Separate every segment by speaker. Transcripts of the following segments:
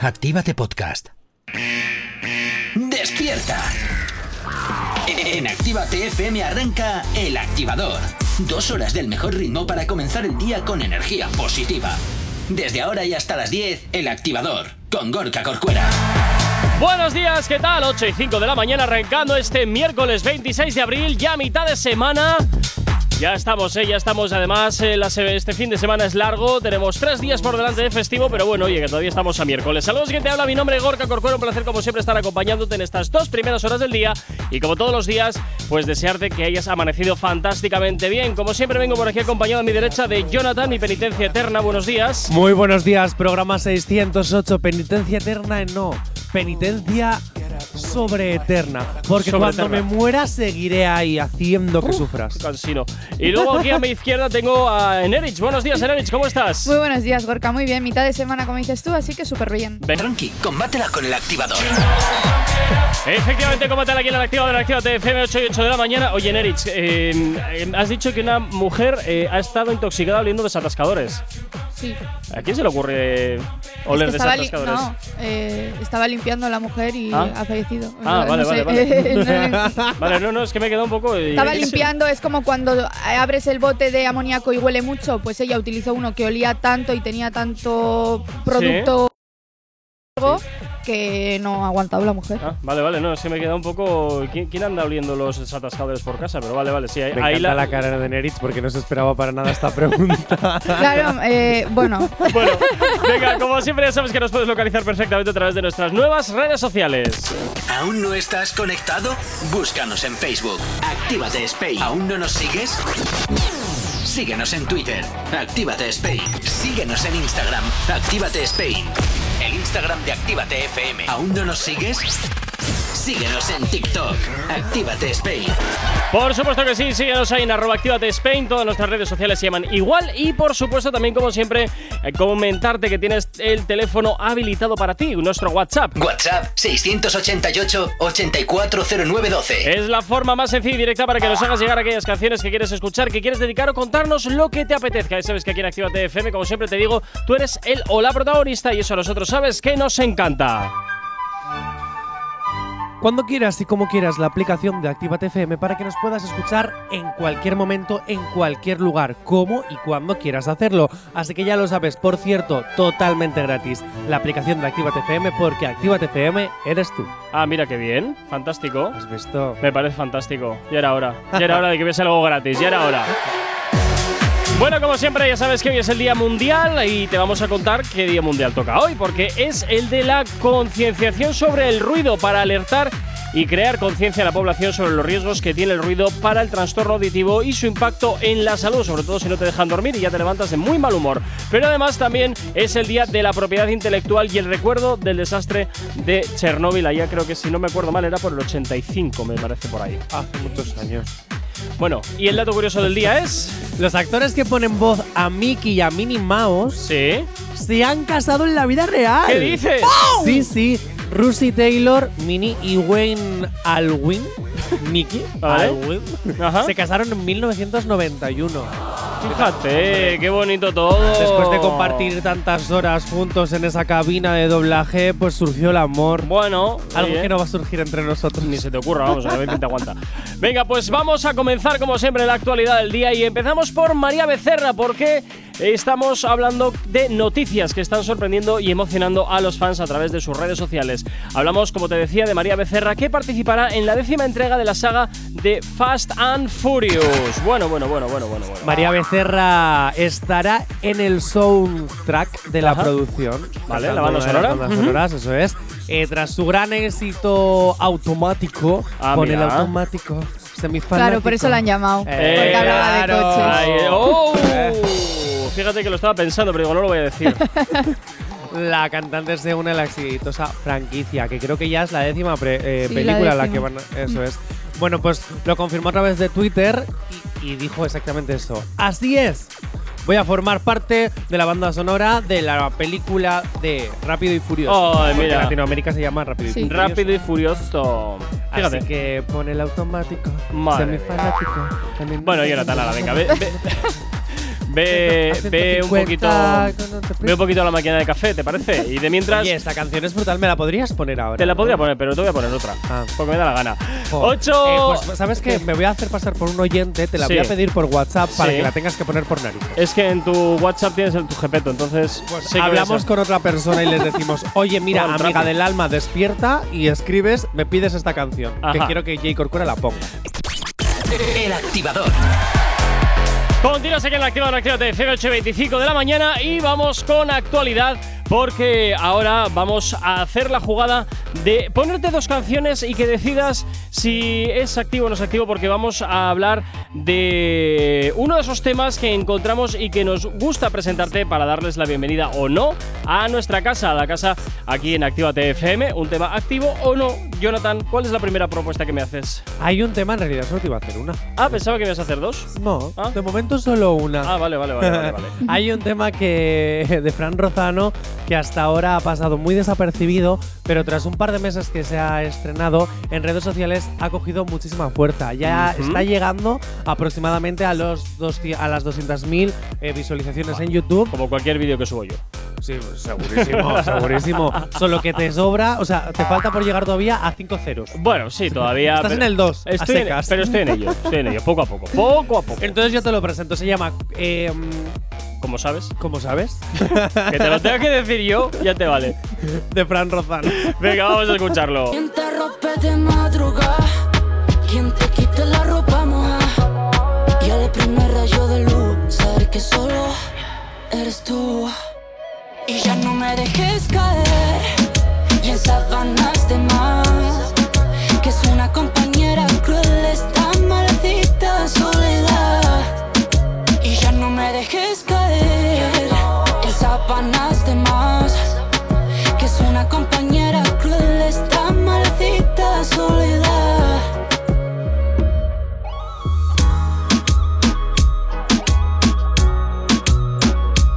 Speaker 1: Actívate podcast.
Speaker 2: ¡Despierta! En Actívate FM arranca El Activador. Dos horas del mejor ritmo para comenzar el día con energía positiva. Desde ahora y hasta las 10, El Activador, con Gorka Corcuera.
Speaker 3: Buenos días, ¿qué tal? 8 y 5 de la mañana arrancando este miércoles 26 de abril, ya mitad de semana. Ya estamos, ¿eh? ya estamos. Además, eh, la se- este fin de semana es largo. Tenemos tres días por delante de festivo, pero bueno, oye, que todavía estamos a miércoles. Saludos, que te habla. Mi nombre es Gorka Corcuero. Un placer, como siempre, estar acompañándote en estas dos primeras horas del día. Y como todos los días, pues desearte que hayas amanecido fantásticamente bien. Como siempre, vengo por aquí acompañado a mi derecha de Jonathan, mi penitencia eterna. Buenos días.
Speaker 4: Muy buenos días, programa 608, penitencia eterna, eh, no, penitencia sobre eterna, porque
Speaker 3: Sobre
Speaker 4: cuando
Speaker 3: eterna.
Speaker 4: me muera seguiré ahí haciendo que sufras.
Speaker 3: Cansino. Y luego aquí a mi izquierda tengo a Enerich. Buenos días, Enerich. ¿Cómo estás?
Speaker 5: Muy buenos días, Gorka. Muy bien, mitad de semana, como dices tú, así que súper bien.
Speaker 3: Ven.
Speaker 2: Tranqui, combátela con El Activador.
Speaker 3: Efectivamente, como tal aquí en la activa de la activa de FM 8 y 8 de la mañana. Oye, Nerich, eh, eh, has dicho que una mujer eh, ha estado intoxicada oliendo desatascadores.
Speaker 5: Sí.
Speaker 3: ¿A quién se le ocurre eh,
Speaker 5: Es
Speaker 3: oler
Speaker 5: que estaba, li-
Speaker 3: desatascadores?
Speaker 5: no, eh, estaba limpiando la mujer y
Speaker 3: Ah.
Speaker 5: ha fallecido.
Speaker 3: Ah,
Speaker 5: No
Speaker 3: vale, vale, vale.
Speaker 5: sé. No,
Speaker 3: Vale, no, no, es que me he quedado un poco. eh,
Speaker 5: Estaba limpiando, es como cuando abres el bote de amoníaco y huele mucho, pues ella utilizó uno que olía tanto y tenía tanto producto que no ha aguantado la mujer.
Speaker 3: Ah, vale, vale, no, es que me he quedado un poco. ¿Quién, quién anda oliendo los desatascadores por casa? Pero vale, vale, sí, ahí,
Speaker 4: Me
Speaker 3: ahí
Speaker 4: encanta la... cara de Nerich porque no se esperaba para nada esta pregunta.
Speaker 5: Claro, eh, bueno,
Speaker 3: Bueno, venga, como siempre ya sabes que nos puedes localizar perfectamente a través de nuestras nuevas redes sociales.
Speaker 2: ¿Aún no estás conectado? Búscanos en Facebook. Actívate Spain. ¿Aún no nos sigues? Síguenos en Twitter. Actívate Spain. Síguenos en Instagram. Actívate Spain. El Instagram de Actívate FM. ¿Aún no nos sigues? Síguenos en TikTok. Actívate Spain.
Speaker 3: Por supuesto que sí, síguenos ahí en arroba actívate Spain, todas nuestras redes sociales se llaman igual y por supuesto también como siempre eh, comentarte que tienes el teléfono habilitado para ti, nuestro WhatsApp.
Speaker 2: WhatsApp 688 840912.
Speaker 3: Es la forma más sencilla y directa para que nos hagas llegar aquellas canciones que quieres escuchar, que quieres dedicar o contarnos lo que te apetezca. Ya sabes que aquí en Actívate FM, como siempre te digo, tú eres el o la protagonista y eso a nosotros sabes que nos encanta.
Speaker 4: Cuando quieras y como quieras, la aplicación de Actívate FM para que nos puedas escuchar en cualquier momento, en cualquier lugar, como y cuando quieras hacerlo. Así que ya lo sabes, por cierto, totalmente gratis. La aplicación de Actívate FM porque Actívate FM eres tú.
Speaker 3: Ah, mira qué bien, fantástico.
Speaker 4: ¿Has visto?
Speaker 3: Me parece fantástico. Ya era hora. Ya era hora de que hubiese algo gratis. Ya era hora. Bueno, como siempre, ya sabes que hoy es el Día Mundial y te vamos a contar qué Día Mundial toca hoy, porque es el de la concienciación sobre el ruido para alertar y crear conciencia a la población sobre los riesgos que tiene el ruido para el trastorno auditivo y su impacto en la salud, sobre todo si no te dejan dormir y ya te levantas de muy mal humor. Pero además también es el Día de la Propiedad Intelectual y el recuerdo del desastre de Chernóbil. Allá creo que, si no me acuerdo mal, era por el 85, me parece por ahí.
Speaker 4: Hace muchos años.
Speaker 3: Bueno, y el dato curioso del día es...
Speaker 4: Los actores que ponen voz a Mickey y a Minnie Mouse
Speaker 3: Sí.
Speaker 4: se han casado en la vida real.
Speaker 3: ¿Qué dices?
Speaker 4: Sí, sí. Rusty Taylor, Minnie y Wayne Alwyn. Mickey
Speaker 3: Vale.
Speaker 4: Alwyn.
Speaker 3: Ajá.
Speaker 4: Se casaron en 1991.
Speaker 3: Fíjate, qué bonito todo.
Speaker 4: Después de compartir tantas horas juntos en esa cabina de doblaje, pues surgió el amor.
Speaker 3: Bueno,
Speaker 4: Algo
Speaker 3: oye,
Speaker 4: que no va a surgir entre nosotros.
Speaker 3: ni se te ocurra, vamos, a ver quién te aguanta. Venga, pues vamos a comenzar como siempre la actualidad del día y empezamos por María Becerra porque estamos hablando de noticias que están sorprendiendo y emocionando a los fans a través de sus redes sociales. Hablamos, como te decía, de María Becerra que participará en la décima entrega de la saga de Fast and Furious. Bueno, bueno, bueno, bueno, bueno, bueno.
Speaker 4: María Becerra estará en el soundtrack de la
Speaker 3: Ajá.
Speaker 4: producción.
Speaker 3: Vale,
Speaker 4: Cantando
Speaker 3: la banda
Speaker 4: una de
Speaker 3: sonora.
Speaker 4: las bandas
Speaker 3: Ujú.
Speaker 4: sonoras, eso es. Eh, tras su gran éxito automático,
Speaker 3: Ah,
Speaker 4: con el
Speaker 3: mira.
Speaker 4: automático semifanático.
Speaker 5: claro, por eso la han llamado.
Speaker 4: Eh,
Speaker 5: porque hablaba de
Speaker 4: claro.
Speaker 5: coches.
Speaker 3: Ay, eh, oh. Fíjate que lo estaba pensando, pero digo, no lo voy a decir.
Speaker 4: La cantante se une a la exitosa franquicia, que creo que ya es la décima pre- eh,
Speaker 5: Sí, la
Speaker 4: película la, que
Speaker 5: décima.
Speaker 4: van a- Eso es. Bueno, pues lo confirmó a través de Twitter y, y dijo exactamente eso. Así es. Voy a formar parte de la banda sonora de la película de Rápido y Furioso.
Speaker 3: Ay,
Speaker 4: Porque
Speaker 3: mira.
Speaker 4: En Latinoamérica se llama Rápido
Speaker 5: Sí.
Speaker 4: y Furioso.
Speaker 3: Rápido y furioso. Fíjate.
Speaker 4: Así que pone el automático.
Speaker 3: Madre mía.
Speaker 4: semifanático.
Speaker 3: Bueno, Jonathan, nada, venga, ve, ve- Ve,
Speaker 4: A
Speaker 3: ve un
Speaker 4: 150,
Speaker 3: poquito.
Speaker 4: con otro
Speaker 3: Ve un poquito la máquina de café, ¿te parece? Y de mientras.
Speaker 4: Oye, esta canción es brutal, ¿me la podrías poner ahora?
Speaker 3: Te la podría poner, pero te voy a poner otra.
Speaker 4: Ah.
Speaker 3: Porque me da la gana.
Speaker 4: Joder.
Speaker 3: ¡Ocho!
Speaker 4: Eh, pues, ¿Sabes qué? Me voy a hacer pasar por un oyente, te la
Speaker 3: Sí.
Speaker 4: voy a pedir por WhatsApp para
Speaker 3: Sí.
Speaker 4: que la tengas que poner por nariz.
Speaker 3: es que en tu WhatsApp tienes el tu Gepeto, entonces. sé que
Speaker 4: Pues, Hablamos
Speaker 3: ves-
Speaker 4: con otra persona y les decimos, oye, mira,
Speaker 3: Contrato.
Speaker 4: amiga del alma, despierta y escribes, me pides esta canción, que
Speaker 3: Ajá.
Speaker 4: quiero que J. Corcuera la ponga.
Speaker 2: El activador.
Speaker 3: Continuas aquí en la activa, en de FM 8.25 de la mañana y vamos con actualidad porque ahora vamos a hacer la jugada de ponerte dos canciones y que decidas si es activo o no es activo porque vamos a hablar de uno de esos temas que encontramos y que nos gusta presentarte para darles la bienvenida o no a nuestra casa, a la casa aquí en Activa FM, un tema activo o no. Jonathan, ¿cuál es la primera propuesta que me haces?
Speaker 4: Hay un tema, en realidad solo te iba a hacer una.
Speaker 3: Ah, pensaba que me ibas a hacer dos.
Speaker 4: No,
Speaker 3: ¿Ah?
Speaker 4: de momento solo una.
Speaker 3: Ah, vale, vale, vale, vale. vale.
Speaker 4: Hay un tema que de Fran Rozano que hasta ahora ha pasado muy desapercibido, pero tras un par de meses que se ha estrenado en redes sociales ha cogido muchísima fuerza. Ya
Speaker 3: Ujú.
Speaker 4: está llegando aproximadamente a los dos, a las 200.000 eh, visualizaciones en YouTube.
Speaker 3: Como cualquier vídeo que subo yo.
Speaker 4: Sí, pues, segurísimo, segurísimo. Solo que te sobra, o sea, te falta por llegar todavía a 5 ceros.
Speaker 3: Bueno, sí, todavía.
Speaker 4: Estás en el 2, a
Speaker 3: Estoy en-
Speaker 4: secas.
Speaker 3: pero estoy en ello, estoy en ello, poco a poco, poco a poco.
Speaker 4: Entonces yo te lo presento, se llama eh,
Speaker 3: Como sabes,
Speaker 4: ¿Cómo sabes?
Speaker 3: que te lo tenga que decir yo, ya te vale.
Speaker 4: de Fran Rozano.
Speaker 3: Venga, vamos a escucharlo.
Speaker 1: ¿Quién te rompe de madrugada? ¿Quién te quita la ropa mojada? Y al primer rayo de luz, saber que solo eres tú. Y ya no me dejes caer y en sábanas de más. Que es una compañera cruel, esta maldita soledad. Y ya no me dejes caer en sábanas de más que es una compañera cruel esta maldita soledad.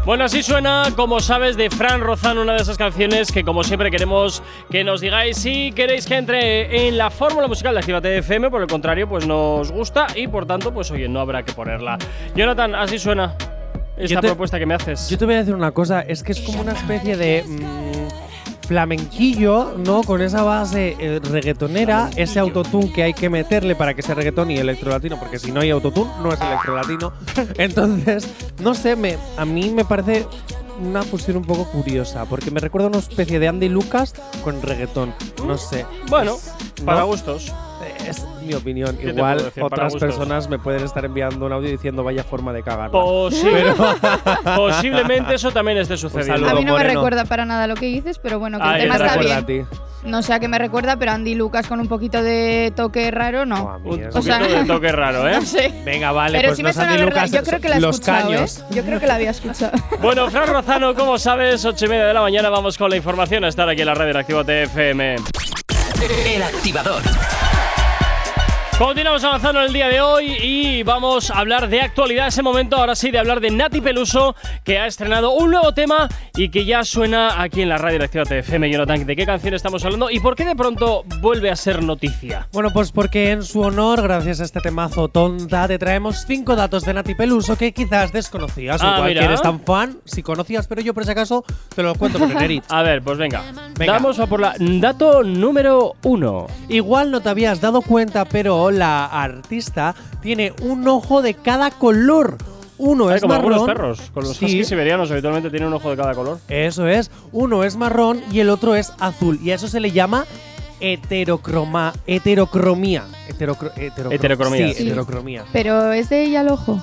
Speaker 3: Bueno, así suena, como sabes, de Fran Rozán, una de esas canciones que, como siempre, queremos que nos digáis si queréis que entre en la fórmula musical de Actívate FM. Por el contrario, pues nos gusta y, por tanto, pues oye, no habrá que ponerla. Jonathan, así suena esta
Speaker 4: te-
Speaker 3: propuesta que me haces.
Speaker 4: Yo te voy a decir una cosa, es que es como una especie de mm, flamenquillo, ¿no? Con esa base eh, reggaetonera, ese autotune que hay que meterle para que sea reggaetón y electrolatino, porque si no hay autotune no es electrolatino. Entonces, no sé, me, a mí me parece una fusión un poco curiosa, porque me recuerda a una especie de Andy Lucas con reggaetón, no sé.
Speaker 3: Bueno,
Speaker 4: ¿No?
Speaker 3: para gustos.
Speaker 4: Es mi opinión.
Speaker 3: ¿Qué te puedo
Speaker 4: Igual
Speaker 3: decir? Para
Speaker 4: otras
Speaker 3: gustos.
Speaker 4: personas me pueden estar enviando un audio diciendo vaya forma de cagar.
Speaker 3: Posi- posiblemente eso también esté sucediendo.
Speaker 4: saludo.
Speaker 5: A mí no me
Speaker 4: Moreno.
Speaker 5: recuerda para nada lo que dices, pero bueno, que
Speaker 3: Ah,
Speaker 5: el tema
Speaker 3: ¿qué te
Speaker 5: está
Speaker 3: recuerda
Speaker 5: bien. No sé a qué me recuerda, pero Andy Lucas con un poquito de toque raro, no.
Speaker 4: Buah,
Speaker 3: Un
Speaker 4: mierda.
Speaker 3: poquito
Speaker 5: sea-
Speaker 3: de toque raro, ¿eh?
Speaker 5: No sé.
Speaker 4: Venga, vale,
Speaker 5: pero
Speaker 4: pues
Speaker 5: sí
Speaker 4: no
Speaker 5: me
Speaker 4: es
Speaker 5: suena
Speaker 4: Andy
Speaker 5: la verdad.
Speaker 4: Lucas,
Speaker 5: Yo creo que la he
Speaker 4: los
Speaker 5: escuchado, ¿eh?
Speaker 4: caños.
Speaker 5: Yo creo que la había escuchado.
Speaker 3: Bueno, Fran Rozano, como sabes, 8 y media de la mañana vamos con la información a estar aquí en la radio Activa TFM.
Speaker 2: El activador.
Speaker 3: Continuamos avanzando en el día de hoy y vamos a hablar de actualidad. Ese momento, ahora sí, de hablar de Nati Peluso, que ha estrenado un nuevo tema y que ya suena aquí en la radio Activa TFM. Jonathan, ¿de qué canción estamos hablando y por qué de pronto vuelve a ser noticia?
Speaker 4: Bueno, pues porque en su honor, gracias a este temazo tonta, te traemos cinco datos de Nati Peluso que quizás desconocías
Speaker 3: Ah,
Speaker 4: o cualquier
Speaker 3: mira.
Speaker 4: eres tan fan, si conocías, pero yo por si acaso te lo cuento con Enerit.
Speaker 3: A ver, pues venga.
Speaker 4: Venga.
Speaker 3: Vamos a por la dato número uno.
Speaker 4: Igual no te habías dado cuenta, pero la artista tiene un ojo de cada color. Uno
Speaker 3: Ay,
Speaker 4: es
Speaker 3: como
Speaker 4: marrón.
Speaker 3: algunos perros, con los
Speaker 4: Sí.
Speaker 3: huskies siberianos habitualmente tienen un ojo de cada color.
Speaker 4: Eso es, uno es marrón y el otro es azul. Y a eso se le llama heterocroma, heterocromía. Heterocro- heterocro-
Speaker 3: Heterocromía.
Speaker 4: Sí,
Speaker 5: Sí.
Speaker 4: heterocromía.
Speaker 5: Pero es de ella el ojo.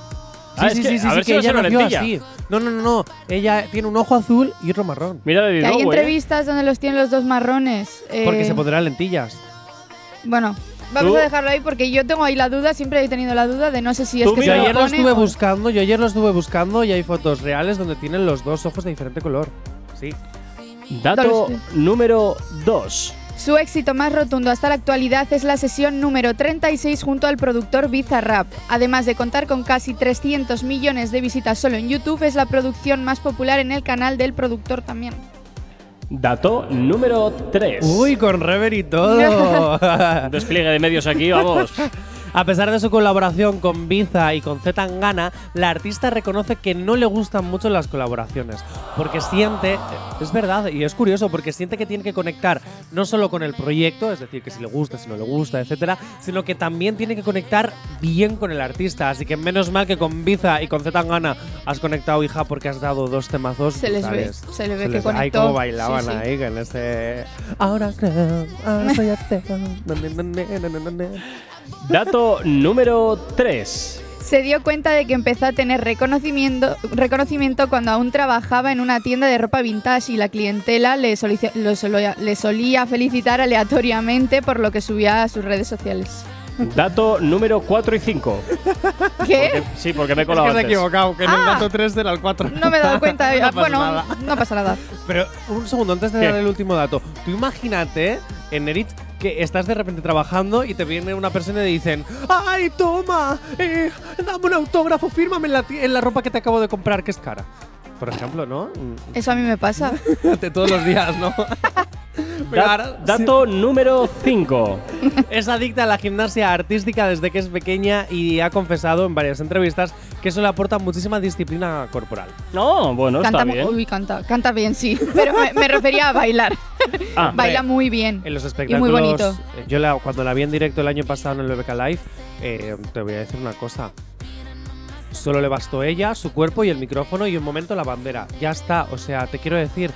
Speaker 3: Ah, es que- a ver si no se lo
Speaker 4: nació
Speaker 3: lentilla.
Speaker 4: así. No, no, no, no. Ella tiene un ojo azul y otro marrón.
Speaker 3: Mira de
Speaker 5: Que hay
Speaker 3: Didou, ¿eh?
Speaker 5: entrevistas donde los tienen los dos marrones. eh,
Speaker 4: Porque se pondrán lentillas.
Speaker 5: Bueno, vamos
Speaker 3: Tú-
Speaker 5: a dejarlo ahí porque yo tengo ahí la duda, siempre he tenido la duda de no sé si es
Speaker 3: Tú
Speaker 5: que
Speaker 4: Yo
Speaker 5: se
Speaker 3: mira-
Speaker 5: lo
Speaker 4: ayer lo
Speaker 5: pone
Speaker 4: estuve
Speaker 5: o-
Speaker 4: buscando, yo ayer lo estuve buscando y hay fotos reales donde tienen los dos ojos de diferente color. Sí.
Speaker 3: Dato
Speaker 5: Dale.
Speaker 3: número 2.
Speaker 5: Su éxito más rotundo hasta la actualidad es la sesión número 36 junto al productor Bizarrap. Además de contar con casi 300 millones de visitas solo en YouTube, es la producción más popular en el canal del productor también.
Speaker 3: Dato número 3.
Speaker 4: Uy, con rever y todo.
Speaker 3: Un despliegue de medios aquí, vamos.
Speaker 4: A pesar de su colaboración con Biza y con Z Tangana, la artista reconoce que no le gustan mucho las colaboraciones, porque siente, es verdad y es curioso, porque siente que tiene que conectar no solo con el proyecto, es decir, que si le gusta, si no le gusta, etcétera, sino que también tiene que conectar bien con el artista. Así que menos mal que con Biza y con Z Tangana has conectado, hija, porque has dado dos temazos.
Speaker 5: Se les ve,
Speaker 4: brutales.
Speaker 5: se les ve que
Speaker 4: Ay,
Speaker 5: conectó.
Speaker 4: cómo bailaban
Speaker 5: Sí, sí.
Speaker 4: ahí con ese. Ahora creo, ahora soy ateo. Na, na, na, na, na, na, na.
Speaker 3: Dato número 3.
Speaker 5: Se dio cuenta de que empezó a tener reconocimiento, reconocimiento cuando aún trabajaba en una tienda de ropa vintage y la clientela le, solici- lo solo- le solía felicitar aleatoriamente por lo que subía a sus redes sociales.
Speaker 3: Dato número 4 y 5.
Speaker 5: ¿Qué?
Speaker 3: Sí, porque me he
Speaker 4: Es
Speaker 3: colado
Speaker 4: que se ha
Speaker 3: antes.
Speaker 4: equivocado, que en el
Speaker 5: Ah.
Speaker 4: dato 3 era el 4.
Speaker 5: No me he dado cuenta.
Speaker 4: No
Speaker 5: Ah,
Speaker 4: pasa
Speaker 5: bueno,
Speaker 4: nada.
Speaker 5: no pasa nada.
Speaker 4: Pero un segundo, antes de
Speaker 3: ¿Qué?
Speaker 4: dar el último dato. Tú imagínate, en Erit, que estás de repente trabajando y te viene una persona y te dicen ¡Ay, toma! eh, dame un autógrafo, fírmame en la, ti- en la ropa que te acabo de comprar, que es cara. Por ejemplo, ¿no?
Speaker 5: Eso a mí me pasa.
Speaker 4: De todos los días, ¿no? Pero
Speaker 3: Da-
Speaker 4: ahora-
Speaker 3: dato número 5.
Speaker 4: Es adicta a la gimnasia artística desde que es pequeña y ha confesado en varias entrevistas que eso le aporta muchísima disciplina corporal.
Speaker 3: No, bueno,
Speaker 5: Canta,
Speaker 3: está
Speaker 5: mu-
Speaker 3: bien.
Speaker 5: uy, canta, canta bien, sí. Pero me, me refería a bailar.
Speaker 3: Ah,
Speaker 5: Baila muy bien.
Speaker 4: En los
Speaker 5: Y
Speaker 4: espectáculos.
Speaker 5: muy bonito.
Speaker 4: eh, Yo la- cuando la vi en directo el año pasado en el BBK Live, eh, te voy a decir una cosa. Solo le bastó ella, su cuerpo y el micrófono y un momento la bandera. Ya está. O sea, te quiero decir.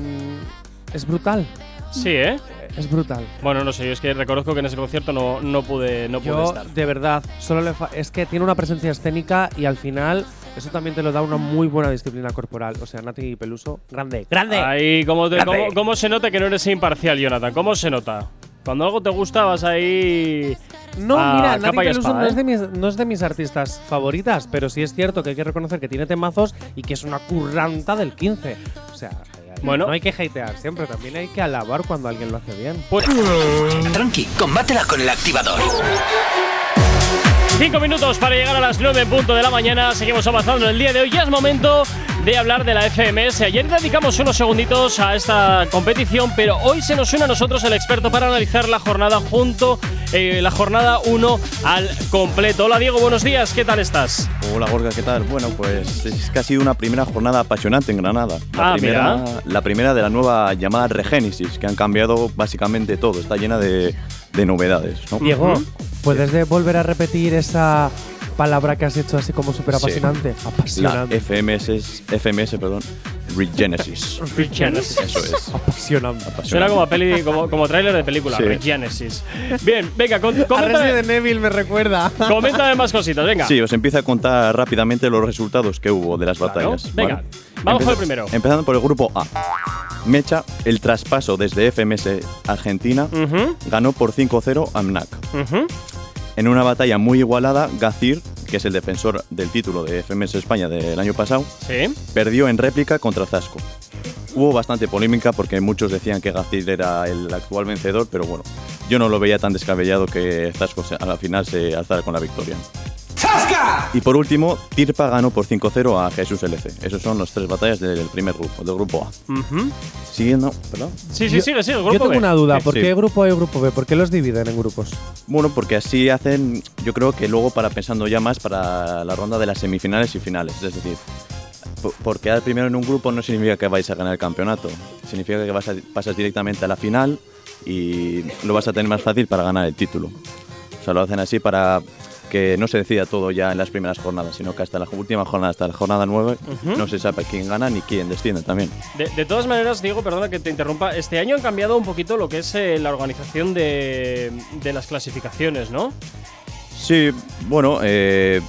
Speaker 4: mm, es brutal.
Speaker 3: sí, ¿eh?
Speaker 4: eh, Es brutal.
Speaker 3: Bueno, no sé, yo es que reconozco que en ese concierto no, no pude, no pude
Speaker 4: Yo,
Speaker 3: estar.
Speaker 4: de verdad, solo le fa- es que tiene una presencia escénica y al final eso también te lo da una muy buena disciplina corporal. O sea, Nati Peluso, grande, grande.
Speaker 3: Ahí, ¿cómo, te-
Speaker 4: Grande.
Speaker 3: cómo- cómo se nota que no eres imparcial, Jonathan? ¿Cómo se nota? Cuando algo te gusta, vas ahí.
Speaker 4: No,
Speaker 3: Ah,
Speaker 4: mira, Nati
Speaker 3: capa y
Speaker 4: Peluso
Speaker 3: espada,
Speaker 4: no,
Speaker 3: ¿eh?
Speaker 4: es de mis, no es de mis artistas favoritas, pero sí es cierto que hay que reconocer que tiene temazos y que es una curranta del 15. O sea, eh,
Speaker 3: Bueno.
Speaker 4: no hay que hatear siempre, también hay que alabar cuando alguien lo hace bien.
Speaker 3: Pues,
Speaker 2: Tranqui, combátela con el activador.
Speaker 3: cinco minutos para llegar a las 9 en punto de la mañana. Seguimos avanzando en el día de hoy. Ya es momento de hablar de la FMS. Ayer dedicamos unos segunditos a esta competición, pero hoy se nos une a nosotros el experto para analizar la jornada junto, eh, la jornada 1 al completo. Hola Diego, buenos días, ¿qué tal estás?
Speaker 6: Hola Gorka, ¿qué tal? Bueno, pues es que ha sido una primera jornada apasionante en Granada. La,
Speaker 3: Ah,
Speaker 6: primera,
Speaker 3: mira.
Speaker 6: la primera de la nueva llamada Regénesis, que han cambiado básicamente todo, está llena de, de novedades. ¿no?
Speaker 4: Diego, ¿puedes de volver a repetir esa palabra que has hecho así como súper apasionante?
Speaker 6: La
Speaker 4: Apasionante.
Speaker 6: FMS, es- FMS, perdón, Regenesis. Eso es.
Speaker 4: Apasionante.
Speaker 3: Suena
Speaker 6: apasionante.
Speaker 3: como, a peli, como, como tráiler de película,
Speaker 6: Sí.
Speaker 3: Regenesis. Bien, venga, con- coméntame,
Speaker 4: Neville me recuerda.
Speaker 3: coméntame más cositas, venga.
Speaker 6: Sí, os empiezo a contar rápidamente los resultados que hubo de las
Speaker 3: Claro.
Speaker 6: batallas.
Speaker 3: Venga,
Speaker 6: ¿vale?
Speaker 3: vamos por el
Speaker 6: Empeza-
Speaker 3: primero.
Speaker 6: Empezando por el grupo A. Mecha, el traspaso desde FMS Argentina,
Speaker 3: Ujú,
Speaker 6: ganó por 5-0 a MNAC.
Speaker 3: ujú.
Speaker 6: En una batalla muy igualada, Gacir, que es el defensor del título de FMS España del año pasado,
Speaker 3: Sí.
Speaker 6: perdió en réplica contra Zasco. Hubo bastante polémica porque muchos decían que Gacir era el actual vencedor, pero bueno, yo no lo veía tan descabellado que Zasco se- a la final se alzara con la victoria. Y por último, Tirpa ganó por 5-0 a Jesús LC. Esos son los tres batallas del primer grupo, del grupo A.
Speaker 3: ujú.
Speaker 6: Siguiendo, perdón.
Speaker 3: Sí, sí,
Speaker 4: Yo-
Speaker 3: sigue, sigue, grupo
Speaker 4: Yo tengo
Speaker 3: B.
Speaker 4: una duda,
Speaker 6: Sí,
Speaker 4: ¿por
Speaker 6: sí.
Speaker 4: qué grupo A y grupo B? ¿Por qué los dividen en grupos?
Speaker 6: Bueno, porque así hacen, yo creo que luego para pensando ya más para la ronda de las semifinales y finales. Es decir, po- por quedar primero en un grupo no significa que vais a ganar el campeonato. Significa que vas a- pasas directamente a la final y lo vas a tener más fácil para ganar el título. O sea, lo hacen así para que no se decida todo ya en las primeras jornadas, sino que hasta la última jornada, hasta la jornada 9,
Speaker 3: Ujú.
Speaker 6: no se sabe quién gana ni quién desciende también.
Speaker 3: De, de todas maneras, Diego, perdona que te interrumpa. Este año han cambiado un poquito lo que es eh, la organización de, de las clasificaciones, ¿no?
Speaker 6: Sí, bueno, eh,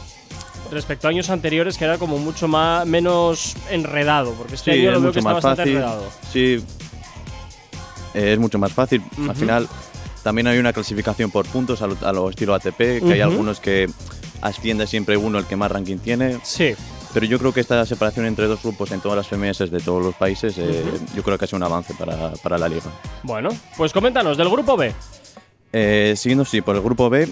Speaker 3: Respecto a años anteriores, que era como mucho más, menos enredado, porque este año
Speaker 6: es
Speaker 3: lo veo
Speaker 6: mucho
Speaker 3: que está
Speaker 6: más
Speaker 3: bastante
Speaker 6: fácil.
Speaker 3: enredado.
Speaker 6: Sí, Eh, es mucho más fácil.
Speaker 3: Ujú.
Speaker 6: Al final, también hay una clasificación por puntos a lo, a lo estilo ATP, que hay
Speaker 3: Ujú.
Speaker 6: algunos que asciende siempre uno el que más ranking tiene.
Speaker 3: Sí.
Speaker 6: Pero yo creo que esta separación entre dos grupos en todas las FMS de todos los países, eh, yo creo que ha sido un avance para, para la liga.
Speaker 3: Bueno, pues coméntanos, del grupo B.
Speaker 6: Eh, siguiendo, sí, por el grupo B,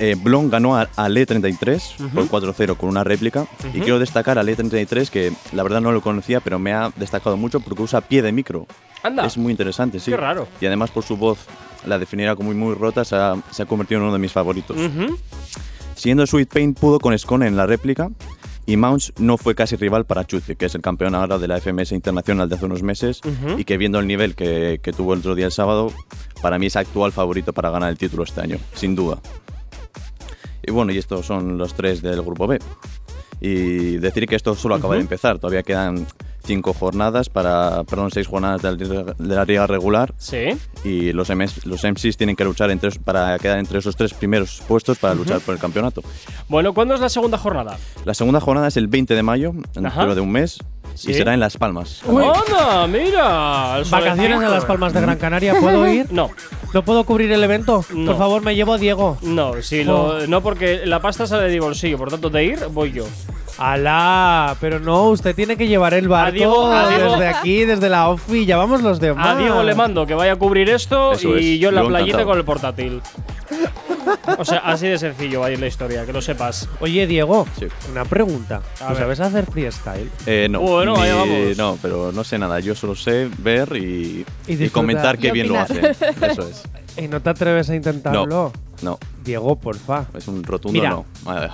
Speaker 6: eh, Blon ganó a, a Le33 por 4-0 con una réplica. Y quiero destacar a Le33, que la verdad no lo conocía, pero me ha destacado mucho porque usa pie de micro.
Speaker 3: Anda.
Speaker 6: Es muy interesante, sí.
Speaker 3: Qué raro.
Speaker 6: Y además por su voz, la definirá como muy, muy rota, se ha, se ha convertido en uno de mis favoritos.
Speaker 3: Ujú.
Speaker 6: Siguiendo Sweet Pain pudo con Scone en la réplica y Mounts no fue casi rival para Chuzi, que es el campeón ahora de la FMS Internacional de hace unos meses
Speaker 3: Ujú.
Speaker 6: y que viendo el nivel que, que tuvo el otro día el sábado, para mí es actual favorito para ganar el título este año, sin duda. Y bueno, y estos son los tres del grupo B. Y decir que esto solo acaba de empezar, todavía quedan cinco jornadas para, perdón, seis jornadas de la liga- de la liga regular
Speaker 3: Sí.
Speaker 6: y los, MS los MCs tienen que luchar entre, para quedar entre esos tres primeros puestos para luchar por el campeonato.
Speaker 3: Bueno, ¿cuándo es la segunda jornada?
Speaker 6: La segunda jornada es el 20 de mayo, en
Speaker 3: Ajá.
Speaker 6: dentro de un mes,
Speaker 3: Sí.
Speaker 6: y será en Las Palmas.
Speaker 3: ¡Anda, mira! El
Speaker 4: Vacaciones
Speaker 3: solecito.
Speaker 4: a las Palmas de Gran Canaria, ¿puedo ir?
Speaker 3: No,
Speaker 4: ¿No puedo cubrir el evento?
Speaker 3: No.
Speaker 4: Por favor, me llevo a Diego.
Speaker 3: no, sí,
Speaker 4: Oh.
Speaker 3: lo- no porque la pasta sale de mi bolsillo, por tanto de ir voy yo.
Speaker 4: ¡Alá! Pero no, usted tiene que llevar el barco
Speaker 3: Diego, a Diego.
Speaker 4: desde aquí, desde la OFI. Ya vamos los demás.
Speaker 3: A Diego le mando que vaya a cubrir esto
Speaker 6: Eso
Speaker 3: y
Speaker 6: es,
Speaker 3: yo en la
Speaker 6: yo
Speaker 3: playita
Speaker 6: encantado.
Speaker 3: con el portátil. O sea, así de sencillo va a ir la historia, que lo sepas.
Speaker 4: Oye, Diego,
Speaker 6: Sí.
Speaker 4: una pregunta.
Speaker 3: A
Speaker 4: ¿Tú
Speaker 3: ver.
Speaker 4: sabes hacer freestyle?
Speaker 6: Eh, no,
Speaker 3: Uh, Bueno, allá vamos.
Speaker 6: no, pero no sé nada. Yo solo sé ver y,
Speaker 4: Y
Speaker 6: y
Speaker 4: disfrutar.
Speaker 6: comentar qué
Speaker 5: Y
Speaker 6: bien lo hacen.
Speaker 5: opinar.
Speaker 6: Eso es.
Speaker 3: Eh,
Speaker 4: ¿Y no te atreves a intentarlo?
Speaker 6: No, Pues, no,
Speaker 4: Diego, porfa.
Speaker 6: es un rotundo
Speaker 4: Mira.
Speaker 6: no. Vale.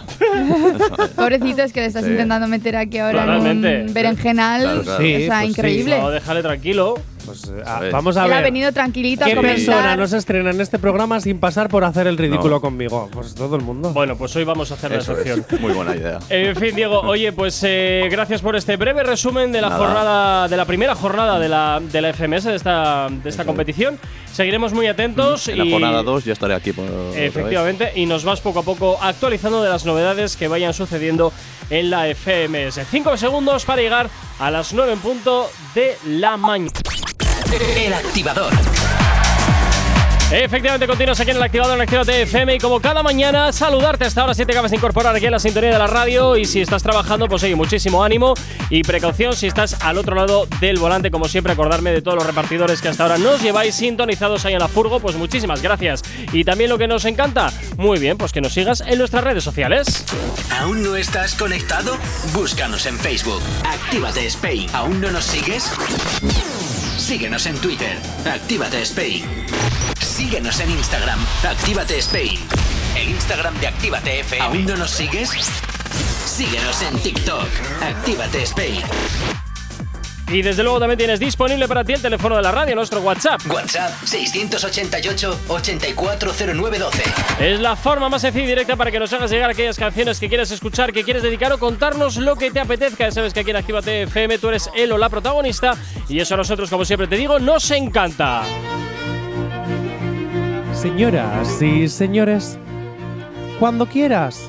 Speaker 5: Pobrecito, es que le estás
Speaker 6: Sí.
Speaker 5: intentando meter aquí ahora en
Speaker 3: Claramente.
Speaker 5: un berenjenal.
Speaker 6: Claro, claro.
Speaker 4: Sí,
Speaker 5: o sea,
Speaker 4: pues sí.
Speaker 5: increíble.
Speaker 3: No, déjale tranquilo.
Speaker 4: Pues eh, ah,
Speaker 6: ¿Sabes?
Speaker 4: vamos a
Speaker 5: Él
Speaker 4: ver.
Speaker 5: ha venido tranquilito a
Speaker 4: ¿Qué
Speaker 5: comentar.
Speaker 4: persona no se estrena en este programa sin pasar por hacer el ridículo
Speaker 6: No.
Speaker 4: conmigo? Pues todo el mundo.
Speaker 3: Bueno, pues hoy vamos a hacer la
Speaker 6: Eso
Speaker 3: excepción.
Speaker 6: es. Muy buena idea.
Speaker 3: En fin, Diego, oye, pues eh, gracias por este breve resumen de la
Speaker 6: Nada.
Speaker 3: jornada, de la primera jornada de la, de la FMS, de esta, de esta competición. Seguiremos muy atentos
Speaker 6: En la
Speaker 3: y.
Speaker 6: jornada 2 ya estaré aquí. Por, otra vez.
Speaker 3: Efectivamente, y nos vas poco a poco actualizando de las novedades que vayan sucediendo en la FMS. Cinco segundos para llegar a las 9 en punto de la mañana.
Speaker 2: El activador.
Speaker 3: Efectivamente, continuas aquí en el activador en Actívate FM y como cada mañana, saludarte hasta ahora si te acabas de incorporar aquí a la sintonía de la radio y si estás trabajando, pues oye, muchísimo ánimo y precaución si estás al otro lado del volante, como siempre, acordarme de todos los repartidores que hasta ahora nos lleváis sintonizados ahí en la furgo, pues muchísimas gracias. Y también lo que nos encanta, muy bien, pues que nos sigas en nuestras redes sociales.
Speaker 2: ¿Aún no estás conectado? Búscanos en Facebook. Actívate Spain. ¿Aún no nos sigues? Síguenos en Twitter. Actívate Spain. Síguenos en Instagram. Actívate Spain. El Instagram de Actívate FM. ¿Aún no nos sigues? Síguenos en TikTok. Actívate Spain.
Speaker 3: Y desde luego también tienes disponible para ti el teléfono de la radio, nuestro WhatsApp.
Speaker 2: WhatsApp 688 840912.
Speaker 3: Es la forma más sencilla y directa para que nos hagas llegar aquellas canciones que quieres escuchar, que quieres dedicar o contarnos lo que te apetezca. Ya sabes que aquí en Actívate FM tú eres el o la protagonista y eso a nosotros, como siempre te digo, nos encanta.
Speaker 4: Señoras y señores, cuando quieras,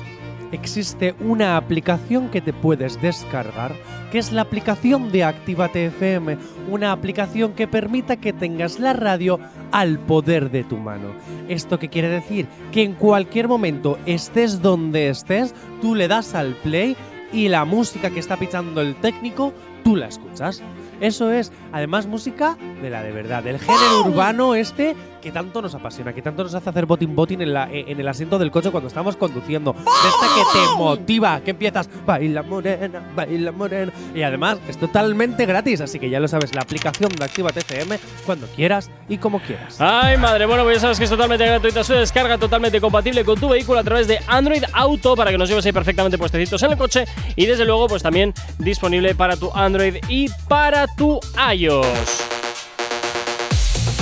Speaker 4: existe una aplicación que te puedes descargar, que es la aplicación de Actívate FM, una aplicación que permita que tengas la radio al poder de tu mano. ¿Esto qué quiere decir? Que en cualquier momento, estés donde estés, tú le das al play y la música que está pichando el técnico, tú la escuchas. Eso es, además, música de la de verdad, del género urbano este que tanto nos apasiona, que tanto nos hace hacer botín botín en, la- eh, en el asiento del coche cuando estamos conduciendo. De esta que te motiva, que empiezas, baila morena, baila morena. Y además, es totalmente gratis, así que ya lo sabes, la aplicación de Activa TCM cuando quieras y como quieras.
Speaker 3: Ay, madre, bueno, pues ya sabes que es totalmente gratuita su descarga, totalmente compatible con tu vehículo a través de Android Auto para que nos lleves ahí perfectamente puestecitos en el coche y desde luego, pues también disponible para tu Android y para tu iOS.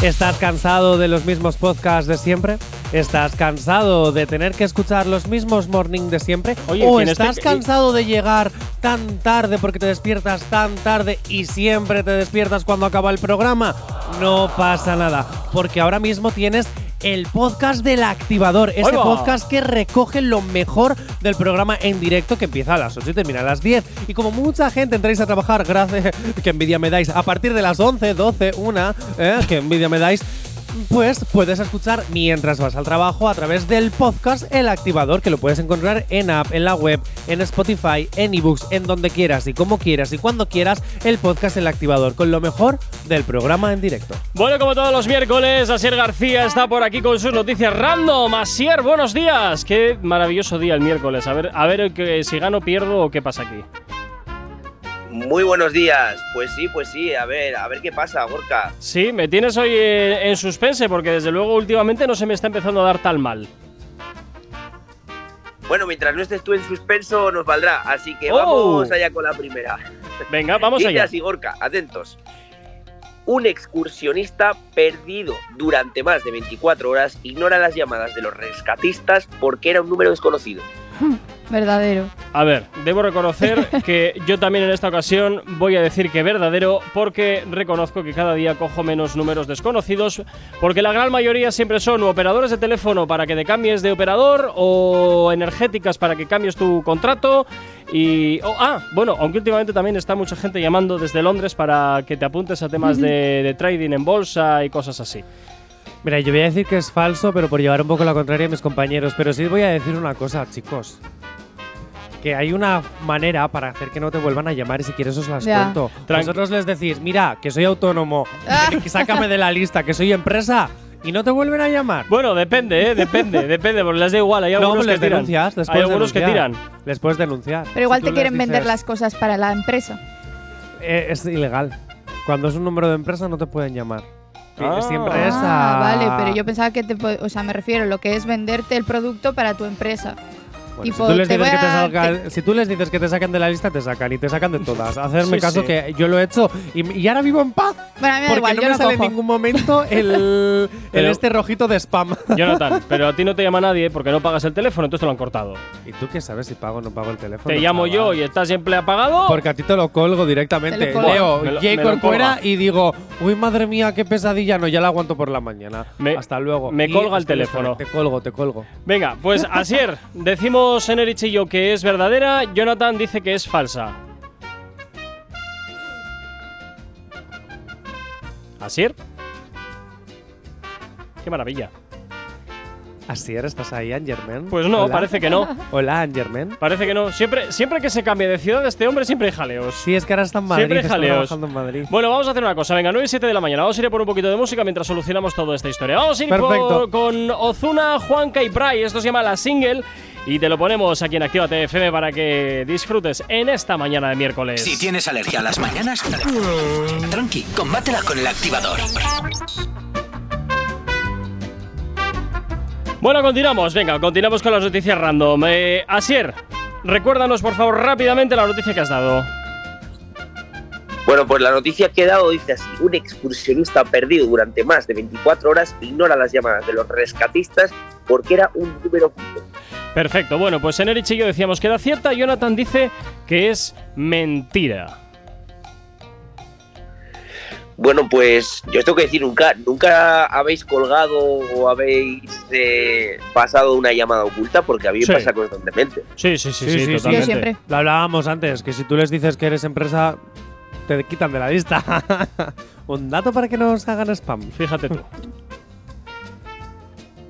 Speaker 4: ¿Estás cansado de los mismos podcasts de siempre? ¿Estás cansado de tener que escuchar los mismos morning de siempre?
Speaker 3: Oye,
Speaker 4: ¿O
Speaker 3: quien esté-
Speaker 4: estás cansado de llegar tan tarde porque te despiertas tan tarde y siempre te despiertas cuando acaba el programa? No pasa nada, porque ahora mismo tienes el podcast del activador, ese
Speaker 3: va!
Speaker 4: podcast que recoge lo mejor del programa en directo que empieza a las 8 y termina a las 10. Y como mucha gente entráis a trabajar, gracias, que envidia me dais, a partir de las 11, 12, 1, ¿eh? que envidia me dais, Pues puedes escuchar mientras vas al trabajo a través del podcast El Activador, que lo puedes encontrar en app, en la web, en Spotify, en ebooks, en donde quieras y como quieras y cuando quieras, el podcast El Activador, con lo mejor del programa en directo.
Speaker 3: Bueno, como todos los miércoles, Asier García está por aquí con sus noticias random. Asier, buenos días. Qué maravilloso día el miércoles. A ver, a ver que si gano, pierdo o qué pasa aquí.
Speaker 7: Muy buenos días. Pues sí, pues sí. A ver, a ver qué pasa, Gorka.
Speaker 3: Sí, me tienes hoy eh, en suspense porque desde luego últimamente no se me está empezando a dar tan mal.
Speaker 7: Bueno, mientras no estés tú en suspenso, nos valdrá. Así que
Speaker 3: ¡Oh!
Speaker 7: vamos allá con la primera.
Speaker 3: Venga, vamos
Speaker 7: Dice
Speaker 3: allá.
Speaker 7: así, Gorka, atentos. Un excursionista perdido durante más de 24 horas ignora las llamadas de los rescatistas porque era un número desconocido.
Speaker 5: Verdadero.
Speaker 3: A ver, debo reconocer que yo también en esta ocasión voy a decir que verdadero porque reconozco que cada día cojo menos números desconocidos porque la gran mayoría siempre son o operadores de teléfono para que te cambies de operador o energéticas para que cambies tu contrato y... oh, ah, bueno, aunque últimamente también está mucha gente llamando desde Londres para que te apuntes a temas de, de trading en bolsa y cosas así.
Speaker 4: Mira, yo voy a decir que es falso, pero por llevar un poco la contraria a mis compañeros, pero sí voy a decir una cosa, chicos. Que hay una manera para hacer que no te vuelvan a llamar y si quieres os las
Speaker 5: Ya.
Speaker 4: cuento.
Speaker 3: Tranqui-
Speaker 4: Vosotros les decís, mira, que soy autónomo,
Speaker 5: Ah.
Speaker 4: que sácame de la lista, que soy empresa, y no te vuelven a llamar.
Speaker 3: Bueno, depende, ¿eh? depende, depende, porque les da igual, hay
Speaker 4: No,
Speaker 3: algunos
Speaker 4: pues les
Speaker 3: que tiran.
Speaker 4: denuncias, les
Speaker 3: hay
Speaker 4: puedes
Speaker 3: algunos que
Speaker 4: denunciar.
Speaker 3: tiran.
Speaker 4: Les puedes denunciar.
Speaker 5: Pero igual
Speaker 4: Si
Speaker 5: te
Speaker 4: tú
Speaker 5: quieren
Speaker 4: les
Speaker 5: vender
Speaker 4: dices,
Speaker 5: las cosas para la empresa.
Speaker 4: "Eh, es ilegal. Cuando es un número de empresa no te pueden llamar. Que
Speaker 3: Ah.
Speaker 4: Es empresa.
Speaker 5: Ah, vale, pero yo pensaba que te. po- O sea, me refiero a lo que es venderte el producto para tu empresa.
Speaker 4: Bueno,
Speaker 5: tipo,
Speaker 4: si, tú les
Speaker 5: te
Speaker 4: dices
Speaker 5: voy
Speaker 4: que te
Speaker 5: a-
Speaker 4: salgan- si tú les dices que te sacan de la lista, te sacan y te sacan de todas. Hacerme
Speaker 3: Sí,
Speaker 4: caso
Speaker 3: sí.
Speaker 4: que yo lo he hecho y, y ahora vivo en paz
Speaker 5: Bueno, a mí me da
Speaker 4: porque
Speaker 5: igual,
Speaker 4: no
Speaker 5: yo
Speaker 4: me
Speaker 5: lo
Speaker 4: sale en
Speaker 5: cojo.
Speaker 4: ningún momento el, el
Speaker 3: Pero-
Speaker 4: este rojito de spam.
Speaker 3: Jonathan, pero a ti no te llama nadie porque no pagas el teléfono, entonces te lo han cortado.
Speaker 4: ¿Y tú qué sabes si pago o Pues no pago el teléfono?
Speaker 3: te llamo yo
Speaker 4: chaval?
Speaker 3: y estás siempre apagado.
Speaker 4: Porque a ti te lo colgo
Speaker 5: Te
Speaker 4: directamente.
Speaker 5: lo colgo.
Speaker 4: Leo,
Speaker 3: Me lo-
Speaker 4: J.
Speaker 3: me lo
Speaker 4: Corcuera
Speaker 3: colga.
Speaker 4: y digo, uy, madre mía, qué pesadilla. No, ya la aguanto por la mañana.
Speaker 3: Me-
Speaker 4: Hasta luego.
Speaker 3: me
Speaker 4: Y
Speaker 3: colga el
Speaker 4: estoy
Speaker 3: teléfono.
Speaker 4: Te colgo, te colgo.
Speaker 3: Venga, pues Asier, decimos Enerich y yo que es verdadera, Jonathan dice que es falsa. Asier. Qué maravilla.
Speaker 4: Así eres, ¿estás ahí, Angerman?
Speaker 3: Pues no, parece que no.
Speaker 4: Hola, Angerman.
Speaker 3: Parece que no. Siempre, siempre que se cambie de ciudad este hombre siempre hay jaleos.
Speaker 4: Sí, es que ahora está en Madrid.
Speaker 3: Siempre
Speaker 4: está
Speaker 3: jaleos.
Speaker 4: trabajando en Madrid.
Speaker 3: Bueno, vamos a hacer una cosa. Venga, 9 y 7 de la mañana. Vamos a ir a por un poquito de música mientras solucionamos toda esta historia. Vamos a ir por,
Speaker 4: Perfecto.
Speaker 3: con Ozuna, Juanca y Bray. Esto se llama La Single. Y te lo ponemos aquí en Actívate FM para que disfrutes en esta mañana de miércoles.
Speaker 2: Si tienes alergia a las mañanas, tranqui, combátela con el activador.
Speaker 3: Bueno, continuamos. Venga, continuamos con las noticias random. Eh, Asier, recuérdanos por favor rápidamente la noticia que has dado.
Speaker 7: Bueno, pues la noticia que he dado dice así: un excursionista perdido durante más de 24 horas ignora las llamadas de los rescatistas porque era un número oculto.
Speaker 3: Perfecto. Bueno, pues en Erich y yo decíamos que era cierta. Jonathan dice que es mentira.
Speaker 7: Bueno, pues yo os tengo que decir, nunca, nunca habéis colgado o habéis eh, pasado una llamada oculta porque a mí me
Speaker 3: Sí.
Speaker 7: pasa constantemente.
Speaker 3: Sí, sí, sí,
Speaker 4: Sí,
Speaker 3: sí,
Speaker 4: sí, sí.
Speaker 3: totalmente.
Speaker 5: Yo siempre.
Speaker 4: Lo hablábamos antes, que si tú les dices que eres empresa, te quitan de la lista. Un dato para que no os hagan spam.
Speaker 3: Fíjate tú.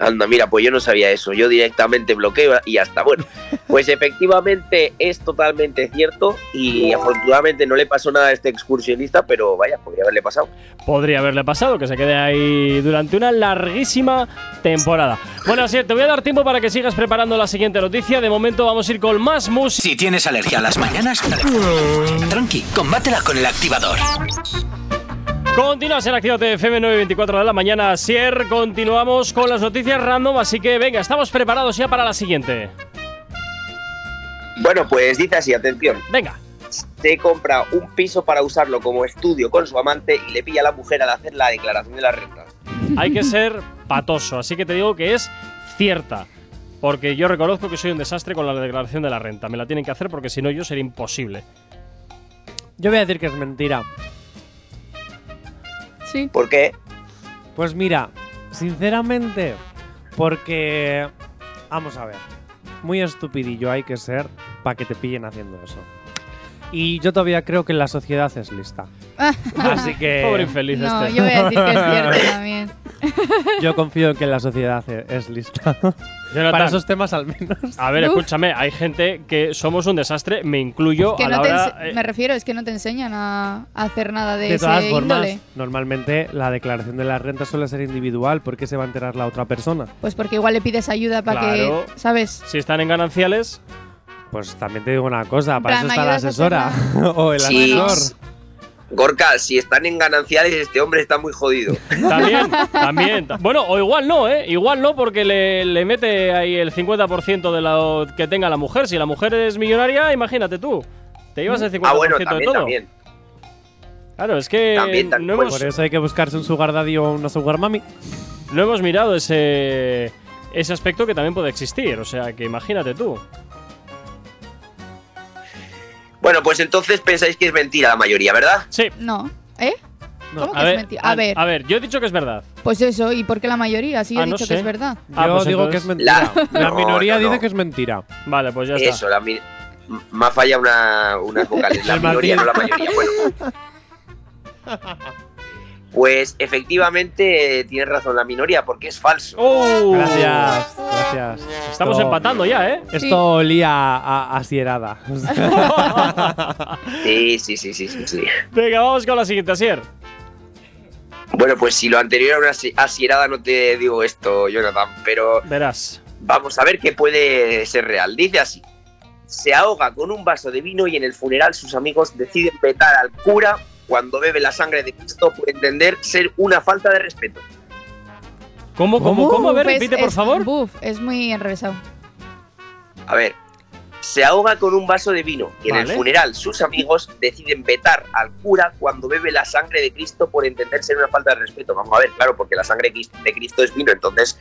Speaker 7: Anda, mira, pues yo no sabía eso. Yo directamente bloqueo y hasta bueno. Pues efectivamente es totalmente cierto y afortunadamente no le pasó nada a este excursionista, pero vaya, podría haberle pasado.
Speaker 3: podría haberle pasado, que se quede ahí durante una larguísima temporada. Bueno, así es, te voy a dar tiempo para que sigas preparando la siguiente noticia. De momento vamos a ir con más música.
Speaker 2: Si tienes alergia a las mañanas, tranqui, combátela con el activador.
Speaker 3: Continúas en Actívate FM 924 de la mañana, Sier. Continuamos con las noticias random, así que venga, estamos preparados ya para la siguiente.
Speaker 7: Bueno, pues dice así, atención.
Speaker 3: Venga.
Speaker 7: Se compra un piso para usarlo como estudio con su amante y le pilla a la mujer al hacer la declaración de la renta.
Speaker 3: Hay que ser patoso, así que te digo que es cierta. Porque yo reconozco que soy un desastre con la declaración de la renta. Me la tienen que hacer porque si no yo sería imposible.
Speaker 4: Yo voy a decir que es mentira.
Speaker 5: Sí.
Speaker 7: ¿Por qué?
Speaker 4: Pues mira, sinceramente, porque. Vamos a ver. Muy estupidillo hay que ser para que te pillen haciendo eso. Y yo todavía creo que la sociedad es lista. Así que
Speaker 3: Pobre infeliz
Speaker 5: No,
Speaker 3: este.
Speaker 5: yo voy a decir que es cierto también.
Speaker 4: yo confío en que la sociedad e- es lista.
Speaker 3: Jonathan,
Speaker 4: Para esos temas al menos.
Speaker 3: A ver,
Speaker 5: Uf.
Speaker 3: escúchame, hay gente que somos un desastre, me incluyo
Speaker 5: Que
Speaker 3: a
Speaker 5: no
Speaker 3: la
Speaker 5: te
Speaker 3: hora.
Speaker 5: ense-
Speaker 3: eh,
Speaker 5: me refiero, es que no te enseñan a, a hacer nada de,
Speaker 4: De
Speaker 5: ese
Speaker 4: todas formas,
Speaker 5: índole.
Speaker 4: normalmente la declaración de las rentas suele ser individual porque se va a enterar la otra persona.
Speaker 5: Pues porque igual le pides ayuda para
Speaker 3: Claro.
Speaker 5: que, ¿sabes?
Speaker 3: si están en gananciales,
Speaker 4: Pues también te digo una cosa, para
Speaker 5: plan,
Speaker 4: eso
Speaker 5: ¿me
Speaker 4: está la
Speaker 5: ayudas a
Speaker 4: asesora o el
Speaker 7: Sí.
Speaker 4: asesor.
Speaker 7: Gorka, si están en gananciales, este hombre está muy jodido.
Speaker 3: también, también. ta- Bueno, o igual no, ¿eh? Igual no, porque le, le mete ahí el 50% de lo que tenga la mujer. Si la mujer es millonaria, imagínate tú. Te llevas el 50%
Speaker 7: Ah, bueno,
Speaker 3: de
Speaker 7: también,
Speaker 3: todo.
Speaker 7: también.
Speaker 3: Claro, es que
Speaker 7: También, también,
Speaker 3: no,
Speaker 7: pues.
Speaker 3: hemos,
Speaker 4: Por eso hay que buscarse un sugar daddy o una sugar mami.
Speaker 3: no hemos mirado ese, ese aspecto que también puede existir. O sea, que imagínate tú.
Speaker 7: Bueno, pues entonces pensáis que es mentira la mayoría, ¿verdad?
Speaker 3: Sí.
Speaker 5: No. ¿Eh? ¿Cómo que
Speaker 3: a
Speaker 5: es
Speaker 3: ver,
Speaker 5: mentira?
Speaker 3: a-
Speaker 5: A ver.
Speaker 3: a ver, yo he dicho que es verdad.
Speaker 5: Pues eso, ¿y por qué la mayoría? Sí, yo
Speaker 3: Ah,
Speaker 5: he
Speaker 3: no
Speaker 5: dicho
Speaker 3: sé.
Speaker 5: que es verdad.
Speaker 3: Ah,
Speaker 4: yo
Speaker 3: pues
Speaker 4: digo que
Speaker 3: entonces-
Speaker 4: es mentira. La,
Speaker 7: La- No,
Speaker 4: minoría
Speaker 7: no, no.
Speaker 4: dice que es mentira.
Speaker 3: Vale, pues ya está.
Speaker 7: Eso, la mi- m- me ha fallado una, unas vocales, la
Speaker 4: El
Speaker 7: minoría, no
Speaker 4: Madrid.
Speaker 7: la mayoría. Bueno. Pues efectivamente eh, tienes razón la minoría, porque es falso.
Speaker 3: ¡Oh!
Speaker 4: Gracias, gracias.
Speaker 3: Estamos
Speaker 4: Esto-
Speaker 3: empatando ya, ¿eh?
Speaker 4: Esto
Speaker 5: Sí.
Speaker 4: olía a, a, a sierada.
Speaker 7: Sí, sí, sí, sí, sí, sí.
Speaker 3: Venga, vamos con la siguiente, Asier.
Speaker 7: Bueno, pues si lo anterior era una asi- asierada, no te digo esto, Jonathan, pero
Speaker 3: Verás.
Speaker 7: vamos a ver qué puede ser real. Dice así. Se ahoga con un vaso de vino y en el funeral sus amigos deciden vetar al cura cuando bebe la sangre de Cristo por entender ser una falta de respeto.
Speaker 3: ¿Cómo, cómo,
Speaker 4: ¿Cómo?
Speaker 3: cómo? A ver,
Speaker 5: Buf, es-
Speaker 3: repite, por
Speaker 5: Pues es-
Speaker 3: favor.
Speaker 5: Buf, es muy enrevesado.
Speaker 7: A ver, se ahoga con un vaso de vino y en
Speaker 3: Vale.
Speaker 7: el funeral sus amigos deciden vetar al cura cuando bebe la sangre de Cristo por entenderse en una falta de respeto. Vamos a ver, claro, porque la sangre quis- de Cristo es vino, entonces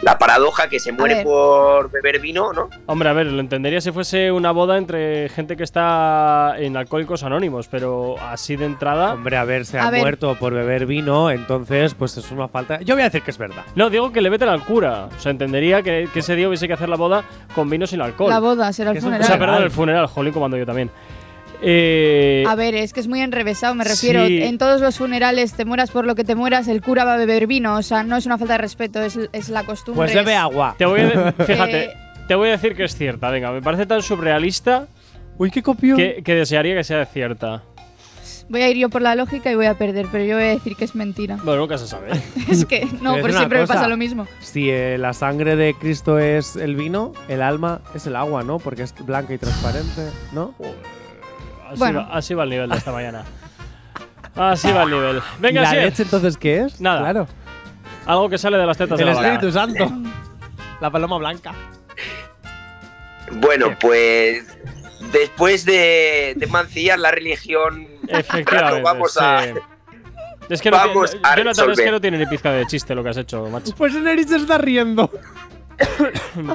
Speaker 7: la paradoja que se muere
Speaker 5: ver.
Speaker 7: por beber vino, ¿no?
Speaker 3: Hombre, a ver, lo entendería si fuese una boda entre gente que está en Alcohólicos Anónimos, pero así de entrada.
Speaker 4: Hombre, a ver, se ha
Speaker 5: A ver.
Speaker 4: muerto por beber vino, entonces pues es una falta. Yo voy a decir que es verdad.
Speaker 3: No, digo que le vete al cura. O sea, entendería que, que ese día hubiese que hacer la boda con vino sin alcohol.
Speaker 5: La boda será
Speaker 4: Que es
Speaker 5: el
Speaker 4: un-
Speaker 3: o sea,
Speaker 5: funeral.
Speaker 3: perdón, el funeral, jolín, comando yo también. Eh,
Speaker 5: A ver, es que es muy enrevesado, me refiero.
Speaker 3: Sí.
Speaker 5: En todos los funerales te mueras por lo que te mueras, el cura va a beber vino. O sea, no es una falta de respeto, es, es la costumbre.
Speaker 4: Pues
Speaker 5: es-
Speaker 4: bebe agua.
Speaker 3: te voy a de- fíjate,
Speaker 5: Eh.
Speaker 3: te voy a decir que es cierta. Venga, me parece tan surrealista
Speaker 4: Uy, qué copión.
Speaker 3: que, que desearía que sea cierta.
Speaker 5: Voy a ir yo por la lógica y voy a perder, pero yo voy a decir que es mentira.
Speaker 3: Bueno, nunca se sabe.
Speaker 5: es que
Speaker 4: Pero
Speaker 5: no, por
Speaker 4: es una
Speaker 5: siempre me pasa
Speaker 4: cosa.
Speaker 5: lo mismo.
Speaker 4: Si eh, la sangre de Cristo es el vino, el alma es el agua, ¿no? Porque es blanca y transparente, ¿no?
Speaker 3: Así,
Speaker 5: Bueno.
Speaker 3: va, así va el nivel de esta mañana. Así va el nivel.
Speaker 4: ¿Y
Speaker 3: Venga,
Speaker 4: la
Speaker 3: Asier,
Speaker 4: leche entonces qué es?
Speaker 3: Nada.
Speaker 4: Claro.
Speaker 3: Algo que sale de las tetas de
Speaker 4: El
Speaker 3: la vaca.
Speaker 4: Espíritu Santo. La paloma blanca.
Speaker 7: Bueno, pues después de, de mancillar la religión,
Speaker 3: Efectivamente.
Speaker 7: vamos
Speaker 3: sí.
Speaker 7: a...
Speaker 3: Es que no
Speaker 7: vamos
Speaker 3: tiene-
Speaker 7: a
Speaker 3: Jonathan, es que
Speaker 7: resolver.
Speaker 3: no tiene ni pizca de chiste lo que has hecho, macho.
Speaker 4: Pues Neris se está riendo.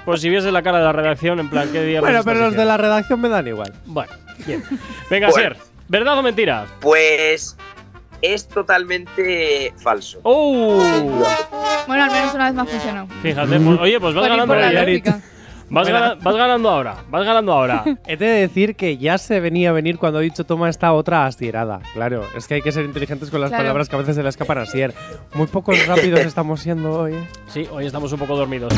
Speaker 3: Pues si viese la cara de la redacción, en plan, ¿qué día más
Speaker 4: Bueno,
Speaker 3: estás
Speaker 4: pero los de
Speaker 3: diciendo?
Speaker 4: la redacción me dan igual.
Speaker 3: Bueno, bien. Venga,
Speaker 7: Bueno.
Speaker 3: Asier, ¿verdad o mentira?
Speaker 7: Pues es totalmente falso.
Speaker 3: ¡Oh!
Speaker 5: Bueno, al menos una vez más funcionado.
Speaker 3: Fíjate, pues- oye, pues vas
Speaker 5: Por ir
Speaker 3: ganando
Speaker 5: por la
Speaker 3: ahora.
Speaker 4: Yaritz.
Speaker 5: lógica.
Speaker 3: Vas,
Speaker 4: Venga.
Speaker 3: gana- vas ganando ahora, vas ganando ahora.
Speaker 4: He de decir que ya se venía a venir cuando he dicho toma esta otra asierada. Claro, es que hay que ser inteligentes con las
Speaker 5: Claro.
Speaker 4: palabras que a veces se le escapan a asier. Muy pocos rápidos estamos siendo hoy. ¿eh?
Speaker 3: Sí, hoy estamos un poco dormidos.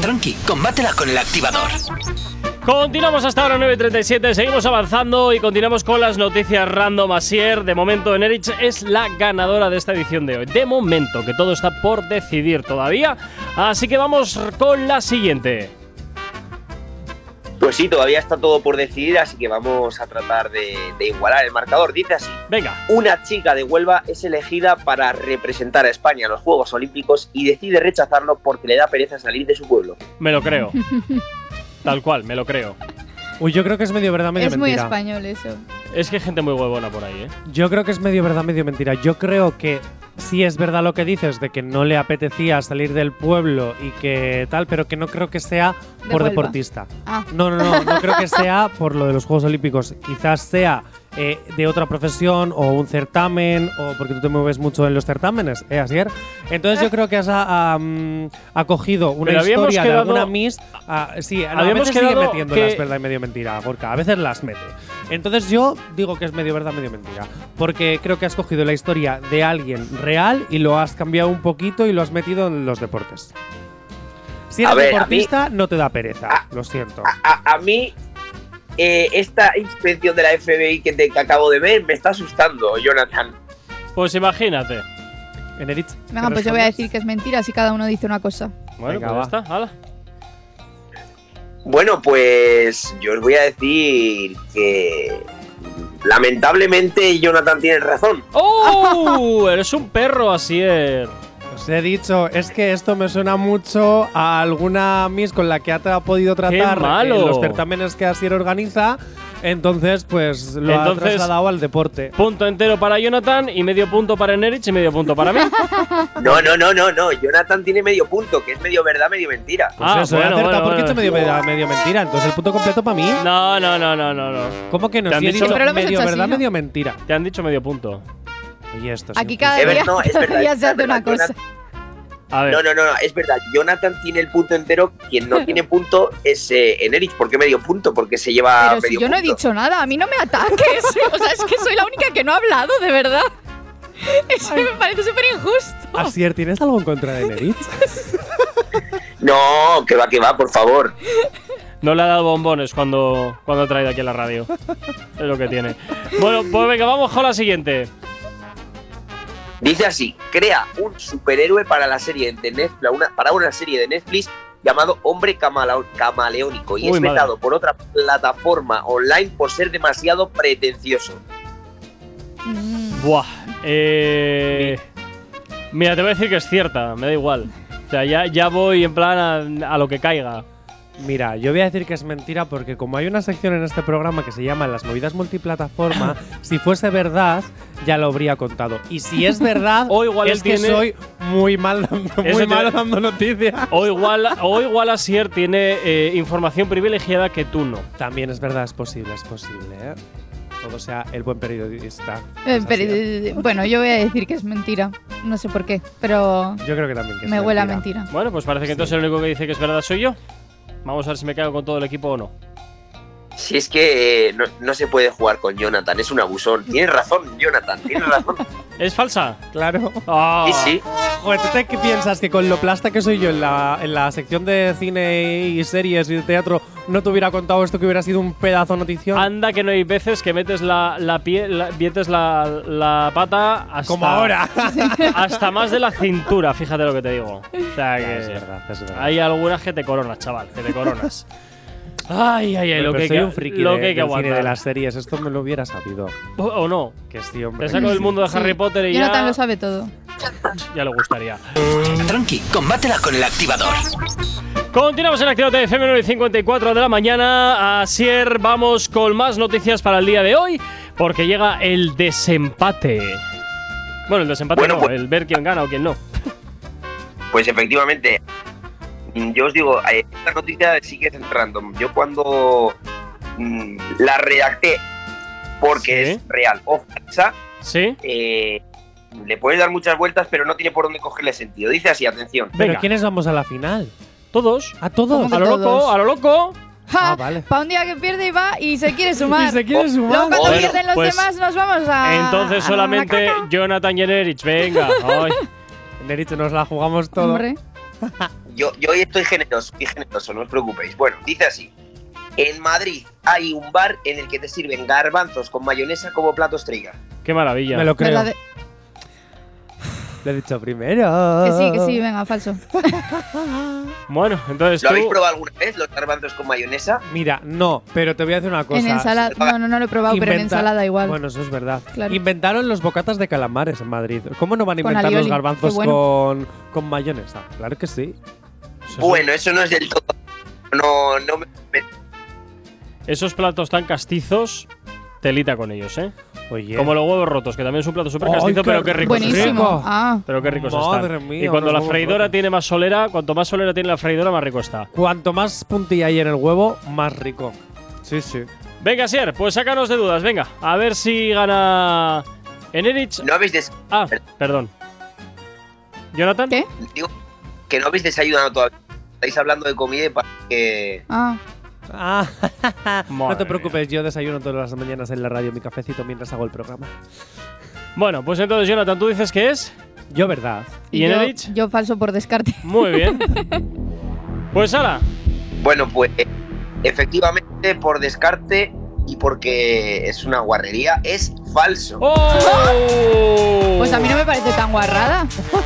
Speaker 2: Tranqui, combátela con el activador.
Speaker 3: Continuamos hasta ahora 9.37, seguimos avanzando y continuamos con las noticias random Asier. De momento, Enerich es la ganadora de esta edición de hoy. De momento, que todo está por decidir todavía. Así que vamos con la siguiente.
Speaker 7: Pues sí, todavía está todo por decidir, así que vamos a tratar de, de igualar el marcador. Dice así,
Speaker 3: Venga,
Speaker 7: una chica de Huelva es elegida para representar a España en los Juegos Olímpicos y decide rechazarlo porque le da pereza salir de su pueblo.
Speaker 3: me lo creo. Tal cual, me lo creo.
Speaker 4: Uy, yo creo que es medio verdad, medio
Speaker 5: Es muy
Speaker 4: mentira.
Speaker 5: español eso.
Speaker 3: Es que hay gente muy huevona por ahí, ¿eh?
Speaker 4: Yo creo que es medio verdad, medio mentira. Yo creo que sí es verdad lo que dices de que no le apetecía salir del pueblo y que tal, pero que no creo que sea
Speaker 5: De
Speaker 4: por
Speaker 5: Huelva.
Speaker 4: deportista.
Speaker 5: Ah,
Speaker 4: No, no, no, no creo que sea por lo de los Juegos Olímpicos. Quizás sea eh, de otra profesión o un certamen, o porque tú te mueves mucho en los certámenes, ¿eh, Asier? Entonces
Speaker 5: Eh.
Speaker 4: yo creo que has ah, ah, mm, ha cogido una
Speaker 3: Pero habíamos
Speaker 4: historia de
Speaker 3: quedado-
Speaker 4: alguna Miss. ah, sí, no, a
Speaker 3: habíamos
Speaker 4: veces sigue
Speaker 3: quedado
Speaker 4: metiendo
Speaker 3: que-
Speaker 4: las verdad y medio mentira, Gorka. A veces las mete. Entonces yo digo que es medio verdad, medio mentira. Porque creo que has cogido la historia de alguien real y lo has cambiado un poquito y lo has metido en los deportes. Si
Speaker 7: A
Speaker 4: eres
Speaker 7: ver, a mí-
Speaker 4: deportista, no te da pereza.
Speaker 7: Ah,
Speaker 4: lo siento.
Speaker 7: A, a mí, eh, esta inspección de la FBI que, te, que acabo de ver me está asustando, Jonathan.
Speaker 3: Pues imagínate.
Speaker 4: Enerit.
Speaker 5: Venga, pues yo voy a decir que es mentira si cada uno dice una cosa.
Speaker 3: Bueno,
Speaker 4: Venga,
Speaker 3: pues ya
Speaker 4: va.
Speaker 3: está. Hala.
Speaker 7: Bueno, pues yo os voy a decir que lamentablemente Jonathan tiene razón.
Speaker 3: ¡Oh! Eres un perro, Asier.
Speaker 4: Os he dicho, es que esto me suena mucho a alguna Miss con la que ha tra- podido tratar
Speaker 3: malo!
Speaker 4: en los certámenes que Asier organiza. Entonces, pues lo ha
Speaker 3: Entonces-
Speaker 4: trasladado al deporte.
Speaker 3: Punto entero para Jonathan y medio punto para Nerich y medio punto para mí.
Speaker 4: Pues
Speaker 7: No, no, no, no, no. Jonathan tiene medio punto, que es medio verdad, medio mentira.
Speaker 4: Pues
Speaker 3: Ah,
Speaker 4: eso,
Speaker 3: bueno,
Speaker 4: he acertado
Speaker 3: bueno,
Speaker 4: porque
Speaker 3: bueno.
Speaker 4: esto medio, medio, medio mentira. Entonces, el punto completo para mí.
Speaker 3: No, no, no, no, no, no.
Speaker 4: ¿Cómo que no?
Speaker 3: Te han
Speaker 4: Si he
Speaker 3: dicho-
Speaker 4: dicho
Speaker 5: Pero lo hemos
Speaker 4: medio
Speaker 5: hecho así,
Speaker 4: verdad,
Speaker 5: ¿no?
Speaker 4: medio mentira.
Speaker 3: Te han dicho medio punto.
Speaker 4: Oye, esto es
Speaker 5: Aquí
Speaker 4: injusto.
Speaker 5: cada
Speaker 7: Es
Speaker 5: día,
Speaker 7: ver- no, es
Speaker 5: cada
Speaker 7: verdad,
Speaker 5: día
Speaker 7: es
Speaker 5: se hace una
Speaker 7: verdad,
Speaker 5: cosa.
Speaker 3: A ver.
Speaker 7: No, no, no, no, es verdad. Jonathan tiene el punto entero. Quien no tiene punto es eh, Enerich. ¿Por qué medio punto? Porque se lleva
Speaker 5: Pero si
Speaker 7: medio
Speaker 5: yo no he
Speaker 7: Ah, punto.
Speaker 5: dicho nada, a mí no me ataques. o sea, es que soy la única que no ha hablado, de verdad. Eso me parece súper injusto.
Speaker 4: Asier, ¿tienes algo en contra de Nerit?
Speaker 7: No, que va, que va, por favor.
Speaker 3: No le ha dado bombones cuando, cuando ha traído aquí a la radio. es lo que tiene. Bueno, pues venga, vamos con la siguiente.
Speaker 7: Dice así: crea un superhéroe para la serie de Netflix, una- para una serie de Netflix llamado Hombre Camala- Camaleónico y
Speaker 3: Uy,
Speaker 7: es
Speaker 3: madre.
Speaker 7: vetado por otra plataforma online por ser demasiado pretencioso.
Speaker 5: Mm.
Speaker 3: Buah. Eh, mira, te voy a decir que es cierta, me da igual. O sea, ya, ya voy en plan a, a lo que caiga.
Speaker 4: Mira, yo voy a decir que es mentira porque como hay una sección en este programa que se llama Las movidas multiplataforma, si fuese verdad, ya lo habría contado. Y si es verdad,
Speaker 3: O igual
Speaker 4: es
Speaker 3: él
Speaker 4: que
Speaker 3: tiene-
Speaker 4: soy muy mal dando,
Speaker 3: Eso
Speaker 4: muy
Speaker 3: te-
Speaker 4: malo dando noticias.
Speaker 3: O igual, o igual Asier tiene eh, información privilegiada que tú no.
Speaker 4: También es verdad, es posible, es posible, ¿eh? Todo sea el buen periodista.
Speaker 5: Eh,
Speaker 4: Es
Speaker 5: pero,
Speaker 4: así.
Speaker 5: eh, bueno, yo voy a decir que es mentira. No sé por qué, pero
Speaker 4: Yo creo que también que es
Speaker 5: me huele a mentira.
Speaker 3: Bueno, pues parece que entonces el único que dice que es verdad soy yo. Vamos a ver si me cago con todo el equipo o no.
Speaker 7: Si es que eh, no, no se puede jugar con Jonathan, es un abusón. Tienes razón, Jonathan, tienes razón.
Speaker 3: ¿Es falsa?
Speaker 4: Claro.
Speaker 3: Ah.
Speaker 7: Sí, sí.
Speaker 4: Joder, ¿tú te- qué piensas? ¿Que con lo plasta que soy yo en la, en la sección de cine y series y de teatro no te hubiera contado esto que hubiera sido un pedazo de notición?
Speaker 3: Anda que no hay veces que metes la, la pie, la, metes la, la pata hasta,
Speaker 4: Como ahora.
Speaker 3: hasta más de la cintura, fíjate lo que te digo. O sea que
Speaker 4: Ah, es verdad, es verdad.
Speaker 3: hay algunas que te coronas, chaval, que te coronas. Ay, ay, ay, lo
Speaker 4: Pero
Speaker 3: que, hay
Speaker 4: soy
Speaker 3: que-
Speaker 4: un friki
Speaker 3: lo
Speaker 4: de-
Speaker 3: que hay que
Speaker 4: del cine de
Speaker 3: aguantar.
Speaker 4: las series, esto me lo hubiera sabido.
Speaker 3: O- O no,
Speaker 4: Que sí, hombre.
Speaker 3: te saco del mundo de
Speaker 5: Sí.
Speaker 3: Harry Potter y
Speaker 5: Jonathan
Speaker 3: ya,
Speaker 5: lo sabe todo.
Speaker 3: ya le gustaría.
Speaker 2: Tranqui, combátela con el activador.
Speaker 3: Continuamos en Activa FM 9 y 54 de la mañana. Asier, vamos con más noticias para el día de hoy, porque llega el desempate. Bueno, el desempate
Speaker 7: Bueno,
Speaker 3: no,
Speaker 7: pues-
Speaker 3: el ver quién gana o quién no.
Speaker 7: Pues efectivamente, mm, yo os digo, eh, esta noticia sigue centrando. Yo cuando mm, la redacté, porque
Speaker 3: Sí.
Speaker 7: es real o falsa,
Speaker 3: ¿Sí?
Speaker 7: eh, le puedes dar muchas vueltas, pero no tiene por dónde cogerle sentido. Dice así, atención.
Speaker 4: Pero
Speaker 3: Venga.
Speaker 4: ¿quiénes vamos a la final?
Speaker 3: Todos.
Speaker 4: ¿A todos?
Speaker 5: ¿Cómo
Speaker 3: A lo loco,
Speaker 5: todos.
Speaker 3: a lo loco.
Speaker 4: Ah, vale.
Speaker 5: Para un día que pierde y va y se quiere
Speaker 4: Y
Speaker 5: sumar.
Speaker 4: se quiere
Speaker 5: Luego
Speaker 4: sumar. Oh,
Speaker 5: cuando
Speaker 7: Bueno,
Speaker 5: pierden los
Speaker 3: pues-
Speaker 5: demás nos vamos a.
Speaker 3: Entonces
Speaker 5: a
Speaker 3: solamente
Speaker 5: una Ah, caca.
Speaker 3: Jonathan Jenerich, venga. Ay.
Speaker 4: Nerito, nos la jugamos todo.
Speaker 5: Hombre,
Speaker 7: Yo, yo hoy estoy generoso, estoy generoso, no os preocupéis. Bueno, dice así. En Madrid hay un bar en el que te sirven garbanzos con mayonesa como plato estrella.
Speaker 3: Qué maravilla.
Speaker 4: Me lo
Speaker 5: me
Speaker 4: creo.
Speaker 5: la de-
Speaker 4: Lo he dicho primero.
Speaker 5: que sí, que
Speaker 4: Ah,
Speaker 5: sí, venga, falso.
Speaker 3: Bueno, entonces
Speaker 7: ¿Lo habéis
Speaker 3: tú.
Speaker 7: probado alguna vez, los garbanzos con mayonesa?
Speaker 4: Mira, no, pero te voy a decir una cosa.
Speaker 5: En ensalada. No, no, no lo he probado, pero en
Speaker 4: Inventa-
Speaker 5: ensalada igual.
Speaker 4: Bueno, eso es verdad.
Speaker 5: Claro.
Speaker 4: Inventaron los bocatas de calamares en Madrid. ¿Cómo no van a
Speaker 5: Con
Speaker 4: inventar los
Speaker 5: alioli,
Speaker 4: garbanzos
Speaker 5: qué bueno.
Speaker 4: con, con mayonesa? Claro que sí. Eso es
Speaker 7: Bueno, eso no es del todo. No, no me- me-
Speaker 3: Esos platos tan castizos, telita con ellos, ¿eh?
Speaker 4: un- Oye.
Speaker 3: Como los huevos rotos, que también es un plato súper
Speaker 4: Ay,
Speaker 3: castizo,
Speaker 4: qué
Speaker 3: pero qué rico.
Speaker 5: Buenísimo.
Speaker 4: rico.
Speaker 5: Ah,
Speaker 3: Pero qué ricos
Speaker 4: Madre
Speaker 3: están.
Speaker 4: mía,
Speaker 3: y cuando
Speaker 4: unos
Speaker 3: la
Speaker 4: huevos
Speaker 3: freidora
Speaker 4: rotos.
Speaker 3: tiene más solera, cuanto más solera tiene la freidora, más rico está.
Speaker 4: Cuanto más puntilla hay en el huevo, más rico. Sí, sí.
Speaker 3: Venga, Sier, pues sácanos de dudas, venga. A ver si gana Enerich.
Speaker 7: no habéis des-
Speaker 3: Ah, perdón. ¿Jonathan?
Speaker 5: ¿Qué?
Speaker 7: digo, que no habéis desayunado todavía. Estáis hablando de comida y parece que
Speaker 5: ah.
Speaker 4: Ah, no
Speaker 3: Madre
Speaker 4: te preocupes, yo desayuno todas las mañanas en la radio mi cafecito mientras hago el programa.
Speaker 3: Bueno, pues entonces, Jonathan, tú dices que es.
Speaker 4: Yo, ¿verdad?
Speaker 3: ¿Y en Edith?
Speaker 5: yo, yo falso por descarte.
Speaker 3: Muy bien. Pues ala,
Speaker 7: Bueno, pues eh, efectivamente, por descarte y porque es una guarrería, es falso.
Speaker 3: ¡Oh!
Speaker 5: Pues a mí no me parece tan guarrada.
Speaker 3: Mm.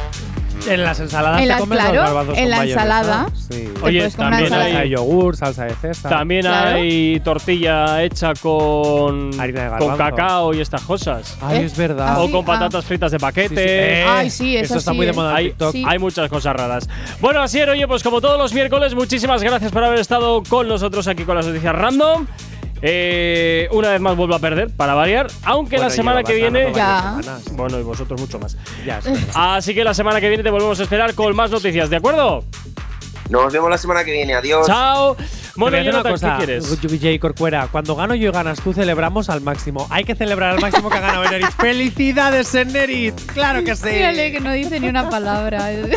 Speaker 4: En las ensaladas
Speaker 5: En
Speaker 4: te
Speaker 5: las-
Speaker 4: comes
Speaker 5: claro,
Speaker 4: los garbanzos
Speaker 5: en
Speaker 4: con
Speaker 5: la
Speaker 4: mayonesa.
Speaker 5: ensalada.
Speaker 4: Sí.
Speaker 5: Te
Speaker 3: Oye,
Speaker 5: puedes comer una
Speaker 3: también
Speaker 5: ensalada.
Speaker 4: salsa
Speaker 3: hay-
Speaker 4: de yogur, salsa de cesta.
Speaker 3: También
Speaker 5: Claro.
Speaker 3: hay tortilla hecha con,
Speaker 4: Harina de
Speaker 3: con
Speaker 4: garbanzo.
Speaker 3: cacao y estas cosas.
Speaker 4: Ay,
Speaker 5: ¿Eh?
Speaker 4: es verdad.
Speaker 3: o
Speaker 5: sí,
Speaker 3: con
Speaker 5: ah.
Speaker 3: patatas fritas de
Speaker 4: Sí,
Speaker 3: paquete.
Speaker 4: sí. Eh,
Speaker 5: Ay, sí, eso
Speaker 4: Eso está
Speaker 5: sí,
Speaker 4: muy de
Speaker 5: eh.
Speaker 4: moda en
Speaker 3: Hay,
Speaker 4: TikTok.
Speaker 5: Sí.
Speaker 3: hay muchas cosas raras. Bueno, así era, oye, pues como todos los miércoles, muchísimas gracias por haber estado con nosotros aquí con las noticias random. Eh, una vez más vuelvo a perder, para variar, aunque
Speaker 4: Bueno,
Speaker 3: la semana
Speaker 4: llevabas
Speaker 3: que viene...
Speaker 4: ganando
Speaker 5: Ya.
Speaker 4: varias semanas.
Speaker 3: Bueno, y vosotros mucho más.
Speaker 4: Ya, es verdad.
Speaker 3: Así que la semana que viene te volvemos a esperar con más noticias, ¿de acuerdo?
Speaker 7: Nos vemos la semana que viene,
Speaker 4: Pues,
Speaker 7: adiós.
Speaker 3: Chao. Bueno,
Speaker 4: Te voy a hacer
Speaker 3: Jonathan,
Speaker 4: una cosa,
Speaker 3: ¿qué quieres?
Speaker 4: Jay Corcuera, cuando gano yo y ganas tú, celebramos al máximo. Hay que celebrar al máximo que ha ganado Enerit. ¡Felicidades, Enerit! ¡Claro que sí!
Speaker 5: Mírale que no dice ni una palabra.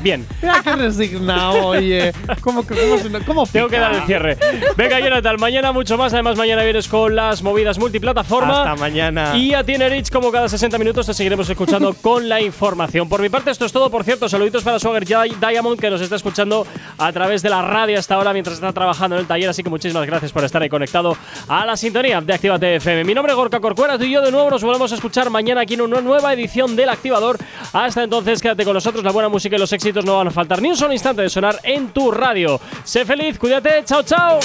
Speaker 3: Bien,
Speaker 4: Mira qué resignado, oye. ¿Cómo, que- cómo, se- cómo
Speaker 3: tengo que
Speaker 4: pica?
Speaker 3: dar el cierre. Venga, Jonathan, mañana mucho más. Además, mañana vienes con las movidas multiplataforma.
Speaker 4: Hasta mañana.
Speaker 3: Y a ti, Nerich, como cada 60 minutos, te seguiremos escuchando con la información. Por mi parte, esto es todo. Por cierto, saluditos para Swagger Jai- Diamond, que nos está escuchando a través de la radio hasta ahora mientras está trabajando en el taller. Así que muchísimas gracias por estar ahí conectado a la sintonía de Actívate FM. Mi nombre es Gorka Corcuera. Tú y yo de nuevo nos volvemos a escuchar mañana aquí en una nueva edición del Activador. Hasta entonces, quédate con nosotros. La buena música y los éxitos no van a faltar ni un solo instante de sonar en tu radio. Sé feliz, cuídate, chao, chao.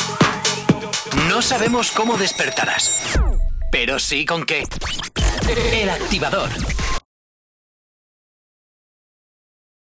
Speaker 2: No sabemos cómo despertarás, pero sí con qué. El activador.